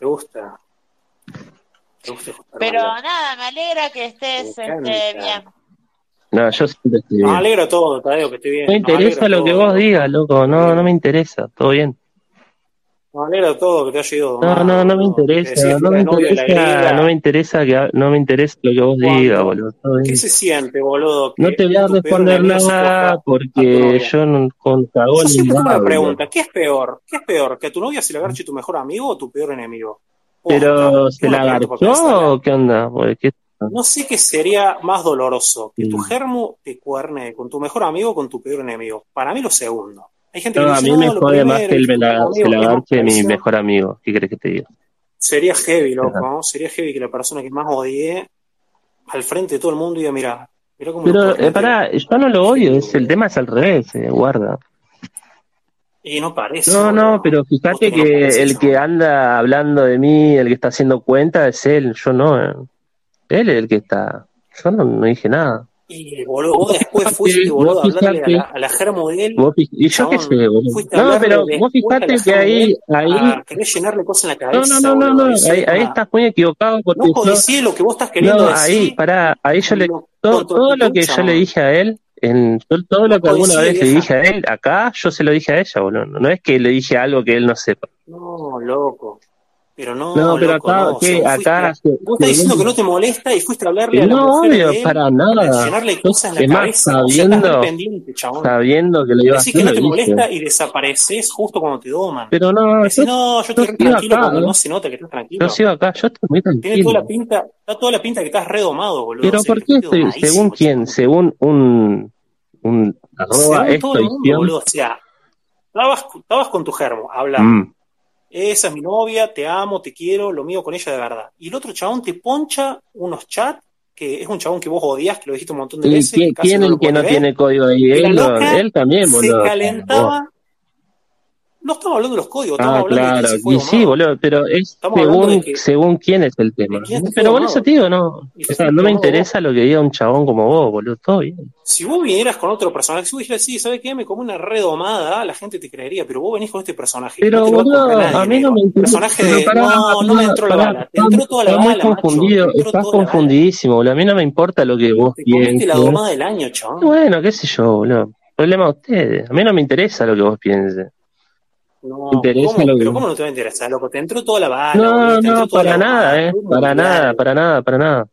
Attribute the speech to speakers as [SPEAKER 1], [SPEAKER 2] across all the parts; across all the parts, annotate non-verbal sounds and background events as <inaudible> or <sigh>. [SPEAKER 1] Me gusta. Me gusta juntarme
[SPEAKER 2] Pero
[SPEAKER 1] con la-
[SPEAKER 2] nada, me alegra que estés
[SPEAKER 1] Me
[SPEAKER 2] este,
[SPEAKER 1] encanta.
[SPEAKER 2] bien.
[SPEAKER 3] No, yo siempre estoy bien.
[SPEAKER 1] Nos alegra todo, Tadeo, que esté bien.
[SPEAKER 3] No me
[SPEAKER 1] Nos
[SPEAKER 3] interesa
[SPEAKER 1] alegra
[SPEAKER 3] lo que
[SPEAKER 1] todo.
[SPEAKER 3] vos digas, loco. No, no me interesa. Todo bien.
[SPEAKER 1] Nos alegra todo que te haya ido.
[SPEAKER 3] No,
[SPEAKER 1] mal,
[SPEAKER 3] no, no me
[SPEAKER 1] boludo. Que
[SPEAKER 3] interesa.
[SPEAKER 1] decís,
[SPEAKER 3] No me
[SPEAKER 1] la novia, la
[SPEAKER 3] interesa.
[SPEAKER 1] herida.
[SPEAKER 3] No me interesa que no me interesa lo que vos
[SPEAKER 1] Cuando-
[SPEAKER 3] digas, boludo. Todo bien.
[SPEAKER 1] ¿Qué se siente, boludo? que
[SPEAKER 3] No te voy a
[SPEAKER 1] tu peor
[SPEAKER 3] responder
[SPEAKER 1] enemigo se
[SPEAKER 3] nada
[SPEAKER 1] coja? a tu
[SPEAKER 3] porque
[SPEAKER 1] novia.
[SPEAKER 3] yo no, con cagón
[SPEAKER 1] Yo siempre
[SPEAKER 3] ni
[SPEAKER 1] tengo
[SPEAKER 3] nada,
[SPEAKER 1] una
[SPEAKER 3] boludo.
[SPEAKER 1] pregunta, ¿qué es peor? ¿Qué es peor? ¿Que a tu novia se la agarche tu mejor amigo o tu peor enemigo?
[SPEAKER 3] Pero
[SPEAKER 1] Posta,
[SPEAKER 3] se
[SPEAKER 1] es una
[SPEAKER 3] la
[SPEAKER 1] pregunta para pensarla.
[SPEAKER 3] agarchó o qué onda? Porque
[SPEAKER 1] No sé qué sería más doloroso, que tu
[SPEAKER 3] Mm.
[SPEAKER 1] germo te cuerne con tu mejor amigo o con tu peor enemigo. Para mí lo segundo. Hay gente que
[SPEAKER 3] no, a
[SPEAKER 1] dice,
[SPEAKER 3] mí
[SPEAKER 1] "No,
[SPEAKER 3] me
[SPEAKER 1] lo
[SPEAKER 3] jode más
[SPEAKER 1] primero,
[SPEAKER 3] que el
[SPEAKER 1] yo
[SPEAKER 3] me la,
[SPEAKER 1] tengo
[SPEAKER 3] se la
[SPEAKER 1] amigos que no
[SPEAKER 3] agarche mi
[SPEAKER 1] parecen".
[SPEAKER 3] mejor amigo. ¿Qué crees que te diga?
[SPEAKER 1] Sería heavy, loco,
[SPEAKER 3] Ajá.
[SPEAKER 1] ¿no? Sería heavy que la persona que más odié al frente de todo el mundo diga, mira, mira cómo lo
[SPEAKER 3] Pero
[SPEAKER 1] cuerno,
[SPEAKER 3] eh, pará, yo no lo odio. Es, el tema es al revés, eh, guarda.
[SPEAKER 1] tío". Y no parece.
[SPEAKER 3] No, no,
[SPEAKER 1] boludo.
[SPEAKER 3] pero fíjate
[SPEAKER 1] Vos te
[SPEAKER 3] que
[SPEAKER 1] enojás,
[SPEAKER 3] el
[SPEAKER 1] yo.
[SPEAKER 3] que anda hablando de mí, el que está haciendo cuenta, es él, yo no. eh. Él es el que está. Yo no, no dije nada.
[SPEAKER 1] Y, boludo, vos después fuiste,
[SPEAKER 3] Fíjate,
[SPEAKER 1] boludo, a
[SPEAKER 3] vos
[SPEAKER 1] hablarle a la,
[SPEAKER 3] fíjate.
[SPEAKER 1] a la germo de él.
[SPEAKER 3] Vos fij- y yo qué
[SPEAKER 1] Chabón,
[SPEAKER 3] sé, boludo.
[SPEAKER 1] fuiste a
[SPEAKER 3] No,
[SPEAKER 1] hablarle
[SPEAKER 3] pero
[SPEAKER 1] de-
[SPEAKER 3] vos
[SPEAKER 1] fuiste a
[SPEAKER 3] fijate que
[SPEAKER 1] la
[SPEAKER 3] ahí, ahí.
[SPEAKER 1] Ah, querés llenarle cosas en la
[SPEAKER 3] No,
[SPEAKER 1] cabeza.
[SPEAKER 3] no, no, no,
[SPEAKER 1] boludo, "Ah,
[SPEAKER 3] no.
[SPEAKER 1] eso
[SPEAKER 3] Ahí,
[SPEAKER 1] es
[SPEAKER 3] ahí
[SPEAKER 1] una-
[SPEAKER 3] estás muy equivocado porque
[SPEAKER 1] Loco,
[SPEAKER 3] yo-
[SPEAKER 1] decí lo que vos estás
[SPEAKER 3] No,
[SPEAKER 1] queriendo
[SPEAKER 3] ahí,
[SPEAKER 1] decir.
[SPEAKER 3] pará, ahí yo le.
[SPEAKER 1] lo-
[SPEAKER 3] Todo,
[SPEAKER 1] con tu
[SPEAKER 3] todo lo
[SPEAKER 1] actitud,
[SPEAKER 3] que yo le
[SPEAKER 1] chabón.
[SPEAKER 3] dije a él, en, todo, todo lo que alguna
[SPEAKER 1] coincide,
[SPEAKER 3] vez le
[SPEAKER 1] vieja.
[SPEAKER 3] dije a él, acá, yo se lo dije a ella, boludo. No es que le dije algo que él no sepa.
[SPEAKER 1] No, loco. Pero no,
[SPEAKER 3] No, pero
[SPEAKER 1] loco,
[SPEAKER 3] acá,
[SPEAKER 1] no. o
[SPEAKER 3] ¿qué?
[SPEAKER 1] sea, fuiste
[SPEAKER 3] acá.
[SPEAKER 1] a- Vos estás diciendo que no te molesta y fuiste a hablarle a la
[SPEAKER 3] No,
[SPEAKER 1] mujer
[SPEAKER 3] obvio,
[SPEAKER 1] de él
[SPEAKER 3] para
[SPEAKER 1] para
[SPEAKER 3] nada.
[SPEAKER 1] llenarle
[SPEAKER 3] Yo,
[SPEAKER 1] cosas en
[SPEAKER 3] es
[SPEAKER 1] la
[SPEAKER 3] más,
[SPEAKER 1] cabeza. O sea, estás re
[SPEAKER 3] sabiendo-
[SPEAKER 1] pendiente, chabón.
[SPEAKER 3] sabiendo que lo iba a
[SPEAKER 1] Decís
[SPEAKER 3] hacer,
[SPEAKER 1] que no
[SPEAKER 3] lo
[SPEAKER 1] te
[SPEAKER 3] dije.
[SPEAKER 1] molesta y desapareces justo cuando te doman.
[SPEAKER 3] Pero no, yo,
[SPEAKER 1] Decís, no, yo estoy
[SPEAKER 3] yo
[SPEAKER 1] re
[SPEAKER 3] sigo
[SPEAKER 1] tranquilo
[SPEAKER 3] acá,
[SPEAKER 1] cuando
[SPEAKER 3] eh.
[SPEAKER 1] no se nota que estás tranquilo.
[SPEAKER 3] yo sigo acá, yo estoy muy
[SPEAKER 1] Tiene toda la
[SPEAKER 3] tranquilo.
[SPEAKER 1] pinta, está toda la pinta que estás redomado, boludo.
[SPEAKER 3] Pero
[SPEAKER 1] o sea,
[SPEAKER 3] ¿por
[SPEAKER 1] que
[SPEAKER 3] qué
[SPEAKER 1] estás
[SPEAKER 3] estoy,
[SPEAKER 1] domadísimo,
[SPEAKER 3] según quién?
[SPEAKER 1] chabón.
[SPEAKER 3] Según un, un arroba
[SPEAKER 1] Según todo
[SPEAKER 3] esto
[SPEAKER 1] el
[SPEAKER 3] y
[SPEAKER 1] mundo,
[SPEAKER 3] quién.
[SPEAKER 1] boludo. O sea, estabas, estabas con tu germo, hablando.
[SPEAKER 3] Mm.
[SPEAKER 1] Esa es mi novia, te amo, te quiero, lo mío con ella de verdad. Y el otro chabón te poncha unos chats, que es un chabón que vos odias, que lo dijiste un montón de
[SPEAKER 3] ¿Y
[SPEAKER 1] veces,
[SPEAKER 3] qué-
[SPEAKER 1] que casi
[SPEAKER 3] quién
[SPEAKER 1] no
[SPEAKER 3] es el
[SPEAKER 1] lo
[SPEAKER 3] que
[SPEAKER 1] puedes
[SPEAKER 3] no
[SPEAKER 1] ver.
[SPEAKER 3] tiene código ahí?
[SPEAKER 1] Y la
[SPEAKER 3] Él, lo-
[SPEAKER 1] loca
[SPEAKER 3] él también,
[SPEAKER 1] se
[SPEAKER 3] boludo. Vos.
[SPEAKER 1] calentaba. No estamos hablando de los códigos, estamos
[SPEAKER 3] Ah,
[SPEAKER 1] hablando de
[SPEAKER 3] claro.
[SPEAKER 1] que se fue
[SPEAKER 3] Y sí,
[SPEAKER 1] domado.
[SPEAKER 3] boludo, pero es
[SPEAKER 1] Estamos hablando de
[SPEAKER 3] según,
[SPEAKER 1] que-
[SPEAKER 3] según quién es el tema.
[SPEAKER 1] de quién se fue
[SPEAKER 3] Pero bueno,
[SPEAKER 1] domado.
[SPEAKER 3] eso te digo, no.
[SPEAKER 1] Y
[SPEAKER 3] O
[SPEAKER 1] se
[SPEAKER 3] sea,
[SPEAKER 1] fue
[SPEAKER 3] no me
[SPEAKER 1] domado vos.
[SPEAKER 3] interesa lo que diga un chabón como vos, boludo. Todo bien.
[SPEAKER 1] Si vos vinieras con otro personaje, si vos dijeras, sí, ¿sabes qué? Me como una redomada, la gente te creería, pero vos venís con este personaje.
[SPEAKER 3] Pero,
[SPEAKER 1] no te lo va a comprar
[SPEAKER 3] boludo,
[SPEAKER 1] nadie,
[SPEAKER 3] a mí no
[SPEAKER 1] negro.
[SPEAKER 3] me interesa.
[SPEAKER 1] Personaje
[SPEAKER 3] Pero
[SPEAKER 1] de,
[SPEAKER 3] pará,
[SPEAKER 1] no, no me
[SPEAKER 3] pará,
[SPEAKER 1] entró la
[SPEAKER 3] pará,
[SPEAKER 1] bala. Te
[SPEAKER 3] estás-
[SPEAKER 1] entró toda la
[SPEAKER 3] estás muy
[SPEAKER 1] bala, macho. Te
[SPEAKER 3] confundido,
[SPEAKER 1] entró
[SPEAKER 3] estás
[SPEAKER 1] toda la bala.
[SPEAKER 3] confundidísimo, boludo. A mí no me importa lo que vos
[SPEAKER 1] Te comiste la
[SPEAKER 3] pienses.
[SPEAKER 1] domada del año,
[SPEAKER 3] Y
[SPEAKER 1] chabón.
[SPEAKER 3] Bueno, qué sé yo, boludo. Problema de ustedes. A mí no me interesa lo que vos pienses. Me
[SPEAKER 1] No,
[SPEAKER 3] interesa
[SPEAKER 1] ¿cómo?
[SPEAKER 3] lo que
[SPEAKER 1] Pero
[SPEAKER 3] vos
[SPEAKER 1] ¿cómo no te va a interesar, loco? Te entró toda la bala, Ah, boludo,
[SPEAKER 3] No,
[SPEAKER 1] te entró
[SPEAKER 3] no,
[SPEAKER 1] toda la
[SPEAKER 3] para
[SPEAKER 1] domada,
[SPEAKER 3] nada, eh.
[SPEAKER 1] fue un
[SPEAKER 3] Para nada,
[SPEAKER 1] mundial.
[SPEAKER 3] para nada, para nada.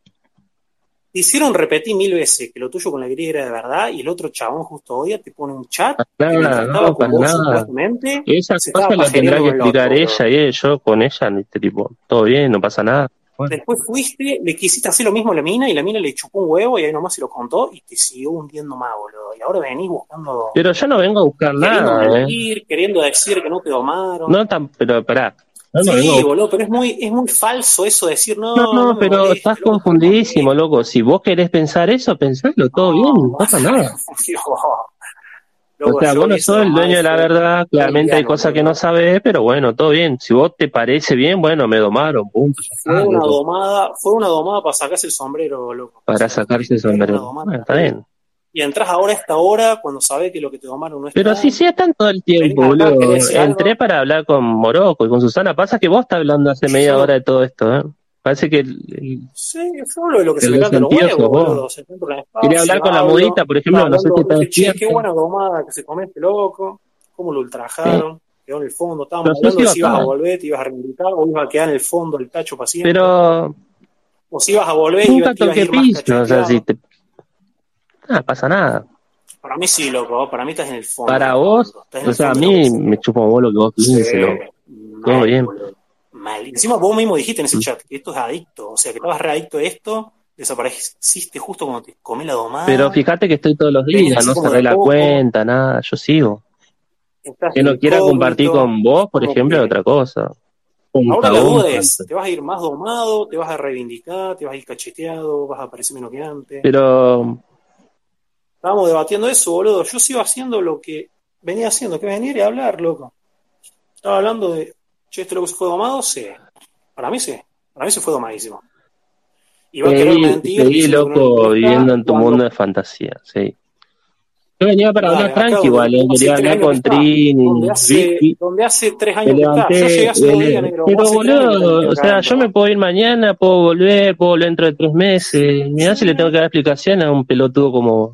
[SPEAKER 1] Te hicieron repetir mil veces que lo tuyo con la querida era de verdad y el otro chabón justo odia te pone un chat que mientras
[SPEAKER 3] Nada,
[SPEAKER 1] estaba
[SPEAKER 3] Ah, no,
[SPEAKER 1] con
[SPEAKER 3] para
[SPEAKER 1] vos
[SPEAKER 3] nada.
[SPEAKER 1] supuestamente
[SPEAKER 3] Esa
[SPEAKER 1] se estaba
[SPEAKER 3] cosa la tendrá
[SPEAKER 1] pajereando
[SPEAKER 3] que
[SPEAKER 1] con el otro.
[SPEAKER 3] explicar
[SPEAKER 1] boludo.
[SPEAKER 3] ella y él, yo con ella, este tipo, todo bien, no pasa nada. Bueno,
[SPEAKER 1] Después fuiste, le quisiste hacer lo mismo a la mina y la mina le chupó un huevo y ahí nomás se lo contó y te siguió hundiendo más, boludo. Y ahora venís buscando,
[SPEAKER 3] pero yo no vengo a buscar
[SPEAKER 1] queriendo
[SPEAKER 3] nada, eh.
[SPEAKER 1] mentir, queriendo decir que no te domaron.
[SPEAKER 3] No tan, pero pará. Yo no vengo a
[SPEAKER 1] Sí, boludo, pero es muy, es muy falso eso de decir, no,
[SPEAKER 3] No,
[SPEAKER 1] no, eh,
[SPEAKER 3] no,
[SPEAKER 1] me
[SPEAKER 3] pero
[SPEAKER 1] molesta,
[SPEAKER 3] estás
[SPEAKER 1] loco, te
[SPEAKER 3] confundidísimo, loco. Si vos querés pensar eso, pensalo, todo bien, no pasa
[SPEAKER 1] <laughs>
[SPEAKER 3] nada. O sea, vos no sos
[SPEAKER 1] ah,
[SPEAKER 3] el dueño de la verdad, claramente hay cosas que no
[SPEAKER 1] sabes.
[SPEAKER 3] sabés, pero bueno, todo bien. Si vos te parece bien, bueno, me domaron, punto. ya está,
[SPEAKER 1] Fue una
[SPEAKER 3] Ah, loco.
[SPEAKER 1] domada, fue una domada para sacarse el sombrero, loco.
[SPEAKER 3] Para
[SPEAKER 1] O sea,
[SPEAKER 3] sacarse el
[SPEAKER 1] fue una
[SPEAKER 3] sombrero.
[SPEAKER 1] domada.
[SPEAKER 3] Bueno, está bien.
[SPEAKER 1] Y entras ahora a esta hora cuando sabes que lo que te domaron no es
[SPEAKER 3] Pero sí, sí, están todo el tiempo,
[SPEAKER 1] Venga, acá,
[SPEAKER 3] boludo.
[SPEAKER 1] ¿querés decir
[SPEAKER 3] Entré
[SPEAKER 1] algo?
[SPEAKER 3] para hablar con Morocco y con Susana. Pasa que vos estás hablando hace media hora de todo esto, ¿eh? Parece que el- el-
[SPEAKER 1] Sí, yo hablo de lo que se
[SPEAKER 3] Pero
[SPEAKER 1] me canta los
[SPEAKER 3] sentioso,
[SPEAKER 1] huevos,
[SPEAKER 3] vos.
[SPEAKER 1] boludo. Se compra un espacio,
[SPEAKER 3] quería hablar con la
[SPEAKER 1] hablo,
[SPEAKER 3] modita, por ejemplo, no sé si
[SPEAKER 1] ah, hablando,
[SPEAKER 3] está
[SPEAKER 1] dije, che, qué
[SPEAKER 3] despierta.
[SPEAKER 1] buena domada que se come este loco, cómo lo ultrajaron, quedó en el fondo, estábamos
[SPEAKER 3] No sé
[SPEAKER 1] hablando
[SPEAKER 3] si
[SPEAKER 1] de
[SPEAKER 3] va
[SPEAKER 1] si ibas
[SPEAKER 3] acá.
[SPEAKER 1] a volver, te ibas a reivindicar, o ibas a quedar en el fondo el tacho para siempre,
[SPEAKER 3] Pero
[SPEAKER 1] o si ibas a volver,
[SPEAKER 3] nunca
[SPEAKER 1] ibas, te ibas a
[SPEAKER 3] toqué
[SPEAKER 1] ir más
[SPEAKER 3] piso, o sea,
[SPEAKER 1] cacheteado.
[SPEAKER 3] si te... Ah, pasa nada.
[SPEAKER 1] Para mí sí, loco, para mí estás en el fondo.
[SPEAKER 3] Para vos,
[SPEAKER 1] Estás en
[SPEAKER 3] o
[SPEAKER 1] el
[SPEAKER 3] sea, a
[SPEAKER 1] fondo de la
[SPEAKER 3] mí
[SPEAKER 1] bolsa.
[SPEAKER 3] me chupa un huevo lo que vos pienses, loco.
[SPEAKER 1] Eh, Mal,
[SPEAKER 3] Todo bien.
[SPEAKER 1] boludo. Mal. Encima vos mismo dijiste en ese
[SPEAKER 3] Mm.
[SPEAKER 1] chat que esto es adicto, o sea, que estabas re adicto a esto, desapareciste justo cuando te comí la domada.
[SPEAKER 3] Pero fíjate que estoy todos los
[SPEAKER 1] Venís
[SPEAKER 3] días,
[SPEAKER 1] así
[SPEAKER 3] no
[SPEAKER 1] Ah. como
[SPEAKER 3] cerré
[SPEAKER 1] de a
[SPEAKER 3] la
[SPEAKER 1] poco.
[SPEAKER 3] cuenta, nada, yo sigo.
[SPEAKER 1] estás
[SPEAKER 3] Que no quiera compartir
[SPEAKER 1] incógnito,
[SPEAKER 3] con vos, por
[SPEAKER 1] como
[SPEAKER 3] ejemplo, es
[SPEAKER 1] que-
[SPEAKER 3] otra cosa. Un
[SPEAKER 1] Ahora la
[SPEAKER 3] cagón,
[SPEAKER 1] duda es,
[SPEAKER 3] tanto.
[SPEAKER 1] ¿te vas a ir más domado? ¿Te vas a reivindicar? ¿Te vas a ir cacheteado? ¿Vas a parecer menos que antes?
[SPEAKER 3] Pero
[SPEAKER 1] Estábamos debatiendo eso, boludo. Yo sigo haciendo lo que venía haciendo, que venir y hablar, loco. Estaba hablando de, che, este loco se fue domado, sí. Para mí sí. Para mí se fue domadísimo. Y va a querer
[SPEAKER 3] Seguí,
[SPEAKER 1] mentir.
[SPEAKER 3] seguí,
[SPEAKER 1] diciendo que no le
[SPEAKER 3] loco
[SPEAKER 1] molesta,
[SPEAKER 3] viviendo en tu
[SPEAKER 1] cuando-
[SPEAKER 3] mundo de fantasía, sí. Yo venía para hablar tranqui igual, eh, quería hablar con Trini,
[SPEAKER 1] donde hace,
[SPEAKER 3] Vicky.
[SPEAKER 1] donde hace tres
[SPEAKER 3] Me
[SPEAKER 1] años que está. Yo
[SPEAKER 3] levanté,
[SPEAKER 1] llegué hace dos
[SPEAKER 3] eh,
[SPEAKER 1] días, negro.
[SPEAKER 3] pero
[SPEAKER 1] Vos hace tres años que estás
[SPEAKER 3] boludo, o sea,
[SPEAKER 1] cagando.
[SPEAKER 3] yo me puedo ir mañana, puedo volver, puedo volver dentro de tres meses. Mirá
[SPEAKER 1] Sí.
[SPEAKER 3] si le tengo que dar explicación a un pelotudo como vos.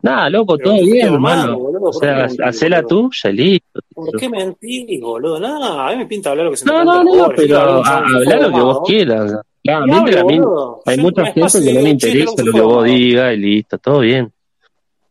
[SPEAKER 3] Nada, loco,
[SPEAKER 1] Pero
[SPEAKER 3] todo
[SPEAKER 1] te
[SPEAKER 3] bien,
[SPEAKER 1] quedo mal,
[SPEAKER 3] hermano.
[SPEAKER 1] boludo,
[SPEAKER 3] O
[SPEAKER 1] ¿por qué
[SPEAKER 3] sea,
[SPEAKER 1] mentís,
[SPEAKER 3] hacé la
[SPEAKER 1] boludo?
[SPEAKER 3] tuya, y listo.
[SPEAKER 1] ¿Por qué mentís, boludo? No, a mí me pinta hablar lo que se me
[SPEAKER 3] No,
[SPEAKER 1] canta
[SPEAKER 3] no,
[SPEAKER 1] los
[SPEAKER 3] no,
[SPEAKER 1] huevos, yo hablo
[SPEAKER 3] pero
[SPEAKER 1] con chabón
[SPEAKER 3] a-
[SPEAKER 1] que
[SPEAKER 3] habla
[SPEAKER 1] fue
[SPEAKER 3] lo que vos
[SPEAKER 1] domado.
[SPEAKER 3] quieras. Claro, a mí
[SPEAKER 1] Y hablo,
[SPEAKER 3] la min-
[SPEAKER 1] boludo.
[SPEAKER 3] hay
[SPEAKER 1] Yo
[SPEAKER 3] mucha
[SPEAKER 1] en un
[SPEAKER 3] gente
[SPEAKER 1] espacio
[SPEAKER 3] que no
[SPEAKER 1] digo,
[SPEAKER 3] le
[SPEAKER 1] che, creo
[SPEAKER 3] interesa
[SPEAKER 1] que
[SPEAKER 3] lo
[SPEAKER 1] fue
[SPEAKER 3] que vos
[SPEAKER 1] domado.
[SPEAKER 3] digas y listo, todo bien.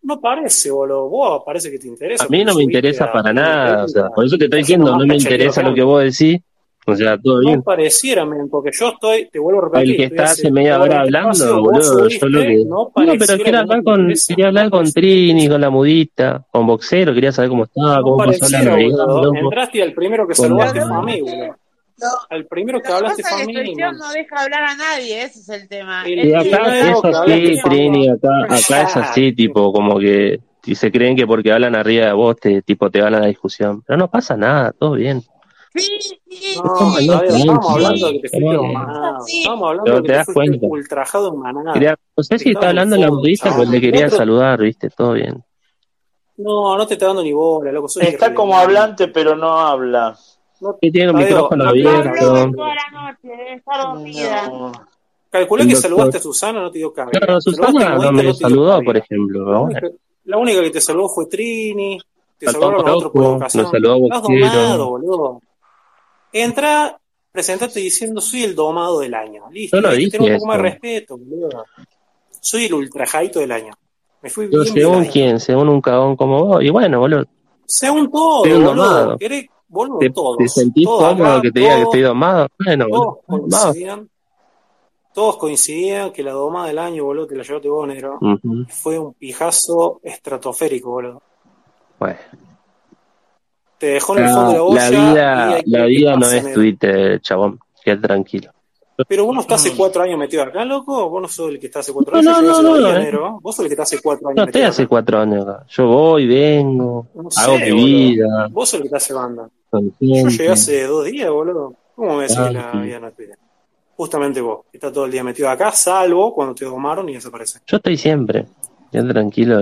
[SPEAKER 1] No parece, boludo. Vos parece que te interesa.
[SPEAKER 3] A mí no me
[SPEAKER 1] porque
[SPEAKER 3] interesa
[SPEAKER 1] subiste a-
[SPEAKER 3] para nada, o sea, por eso te estoy
[SPEAKER 1] Estás haciendo
[SPEAKER 3] diciendo,
[SPEAKER 1] más
[SPEAKER 3] no me
[SPEAKER 1] cachareo
[SPEAKER 3] interesa
[SPEAKER 1] que
[SPEAKER 3] lo que vos decís. O sea, todo bien.
[SPEAKER 1] No pareciera, men, porque yo estoy, te vuelvo a repetir.
[SPEAKER 3] El que
[SPEAKER 1] estoy
[SPEAKER 3] está hace media
[SPEAKER 1] todo
[SPEAKER 3] hora
[SPEAKER 1] el
[SPEAKER 3] hablando,
[SPEAKER 1] espacio, este vos
[SPEAKER 3] boludo, yo
[SPEAKER 1] subiste,
[SPEAKER 3] lo que...
[SPEAKER 1] No,
[SPEAKER 3] No,
[SPEAKER 1] pareciera
[SPEAKER 3] pero quiero
[SPEAKER 1] que no
[SPEAKER 3] hablar
[SPEAKER 1] te
[SPEAKER 3] con,
[SPEAKER 1] interesa,
[SPEAKER 3] quería hablar
[SPEAKER 1] no
[SPEAKER 3] con
[SPEAKER 1] pareciera-
[SPEAKER 3] Trini, con la mudita, con Boxero, quería saber cómo estaba,
[SPEAKER 1] No
[SPEAKER 3] cómo pasó la
[SPEAKER 1] pareciera,
[SPEAKER 3] Navidad,
[SPEAKER 1] boludo.
[SPEAKER 3] loco.
[SPEAKER 1] Entraste y al primero que
[SPEAKER 3] Con
[SPEAKER 1] saludaste
[SPEAKER 3] la-
[SPEAKER 1] fue a mí, boludo.
[SPEAKER 2] No,
[SPEAKER 1] Al primero
[SPEAKER 2] lo
[SPEAKER 1] que
[SPEAKER 2] que pasa
[SPEAKER 1] hablaste
[SPEAKER 2] es
[SPEAKER 1] fue
[SPEAKER 2] que
[SPEAKER 1] a mí,
[SPEAKER 2] Expresión
[SPEAKER 1] men.
[SPEAKER 2] no deja hablar a nadie, ese es el tema.
[SPEAKER 1] El
[SPEAKER 3] Y
[SPEAKER 2] Él
[SPEAKER 1] primero
[SPEAKER 2] quiere
[SPEAKER 3] acá
[SPEAKER 2] hablar
[SPEAKER 3] es
[SPEAKER 1] que
[SPEAKER 2] con
[SPEAKER 1] hablaste
[SPEAKER 3] así,
[SPEAKER 1] fue a
[SPEAKER 2] cualquiera.
[SPEAKER 1] mí.
[SPEAKER 3] Trini, acá, acá es así, tipo, como que si se creen que porque hablan arriba de vos, te, tipo, te van a la discusión. Pero no pasa nada, todo bien.
[SPEAKER 2] Sí, sí,
[SPEAKER 1] No,
[SPEAKER 2] sí.
[SPEAKER 1] todavía
[SPEAKER 3] Sí,
[SPEAKER 1] estábamos
[SPEAKER 3] sí,
[SPEAKER 1] hablando de que te
[SPEAKER 3] está
[SPEAKER 1] fuiste
[SPEAKER 3] bien.
[SPEAKER 1] domado.
[SPEAKER 2] Sí.
[SPEAKER 1] Estábamos hablando
[SPEAKER 3] Pero
[SPEAKER 1] de que
[SPEAKER 3] te
[SPEAKER 1] te
[SPEAKER 3] das
[SPEAKER 1] fuiste
[SPEAKER 3] cuenta.
[SPEAKER 1] ultrajado en manada.
[SPEAKER 3] Quería- no sé
[SPEAKER 1] Estaba
[SPEAKER 3] si está
[SPEAKER 1] en el
[SPEAKER 3] hablando la
[SPEAKER 1] fondo,
[SPEAKER 3] mudita, pero
[SPEAKER 1] chabón.
[SPEAKER 3] le quería
[SPEAKER 1] Ah. Otro-
[SPEAKER 3] saludar, viste, todo bien.
[SPEAKER 1] No, no te está dando ni bola, loco. Sos
[SPEAKER 4] Está como
[SPEAKER 1] irrelevante.
[SPEAKER 4] hablante, pero no habla.
[SPEAKER 1] No,
[SPEAKER 3] Que tiene el
[SPEAKER 1] Tadeo,
[SPEAKER 3] micrófono
[SPEAKER 1] no te-
[SPEAKER 2] No habló
[SPEAKER 3] abierto.
[SPEAKER 2] en toda la noche, debe estar dormida.
[SPEAKER 4] No.
[SPEAKER 1] Calculé
[SPEAKER 3] El
[SPEAKER 1] que
[SPEAKER 3] doctor.
[SPEAKER 1] saludaste a Susana, no te dio cabida.
[SPEAKER 3] Claro,
[SPEAKER 1] Saludaste a
[SPEAKER 3] Susana no
[SPEAKER 1] Modita, no
[SPEAKER 3] me
[SPEAKER 1] te dio
[SPEAKER 3] saludó,
[SPEAKER 1] cabida.
[SPEAKER 3] por ejemplo.
[SPEAKER 1] La
[SPEAKER 3] pero bueno.
[SPEAKER 1] única, la única que te saludó fue Trini, te
[SPEAKER 3] Faltó
[SPEAKER 1] saludaron los otros por
[SPEAKER 3] Coroco,
[SPEAKER 1] educación.
[SPEAKER 3] nos saludó
[SPEAKER 1] Estás domado,
[SPEAKER 3] Boxero.
[SPEAKER 1] boludo. Entra, presentate diciendo soy el domado del año. Listo,
[SPEAKER 3] Yo no
[SPEAKER 1] hay que
[SPEAKER 3] dije
[SPEAKER 1] tener un poco más de
[SPEAKER 3] eso.
[SPEAKER 1] respeto, boludo. Soy el ultrajadito del año. Me fui
[SPEAKER 3] Yo,
[SPEAKER 1] bien del
[SPEAKER 3] según
[SPEAKER 1] año.
[SPEAKER 3] quién, según un cagón como vos. Y bueno, boludo,
[SPEAKER 1] Según todo,
[SPEAKER 3] Soy un
[SPEAKER 1] boludo.
[SPEAKER 3] domado.
[SPEAKER 1] Querés, boludo,
[SPEAKER 3] ¿te,
[SPEAKER 1] todos.
[SPEAKER 3] te sentís
[SPEAKER 1] Todos
[SPEAKER 3] cómodo
[SPEAKER 1] acá,
[SPEAKER 3] que te diga que
[SPEAKER 1] todos,
[SPEAKER 3] estoy domado? Bueno,
[SPEAKER 1] todos
[SPEAKER 3] boludo, vamos.
[SPEAKER 1] coincidían. Todos coincidían que la domada del año, boludo, te la llevaste vos, negro.
[SPEAKER 3] Ujú.
[SPEAKER 1] Fue un pijazo estratosférico, boludo.
[SPEAKER 3] Bueno.
[SPEAKER 1] Te dejó en el fondo de
[SPEAKER 3] La,
[SPEAKER 1] la olla
[SPEAKER 3] la
[SPEAKER 1] y
[SPEAKER 3] vida,
[SPEAKER 1] hay que
[SPEAKER 3] la
[SPEAKER 1] ver qué
[SPEAKER 3] vida no
[SPEAKER 1] pasa,
[SPEAKER 3] es
[SPEAKER 1] negro.
[SPEAKER 3] Twitter, chabón. Quédate tranquilo.
[SPEAKER 1] Pero vos no estás hace cuatro años metido acá, loco. Vos no sos el que está hace cuatro
[SPEAKER 3] No,
[SPEAKER 1] años. Yo
[SPEAKER 3] no,
[SPEAKER 1] llegué hace
[SPEAKER 3] no,
[SPEAKER 1] dos
[SPEAKER 3] no,
[SPEAKER 1] días,
[SPEAKER 3] eh.
[SPEAKER 1] negro. Vos sos el que está hace cuatro años
[SPEAKER 3] No estoy
[SPEAKER 1] metido
[SPEAKER 3] hace
[SPEAKER 1] acá.
[SPEAKER 3] cuatro años acá. Yo voy, vengo,
[SPEAKER 1] No sé,
[SPEAKER 3] hago mi
[SPEAKER 1] boludo.
[SPEAKER 3] vida,
[SPEAKER 1] Vos sos el que está hace banda.
[SPEAKER 3] con
[SPEAKER 1] Yo llegué
[SPEAKER 3] gente.
[SPEAKER 1] hace dos días, boludo. ¿Cómo me decís que la
[SPEAKER 3] tranqui.
[SPEAKER 1] vida no es tuya? Justamente vos, que está todo el día metido acá, salvo cuando te domaron y desapareces.
[SPEAKER 3] Yo estoy siempre. Quédate tranquilo.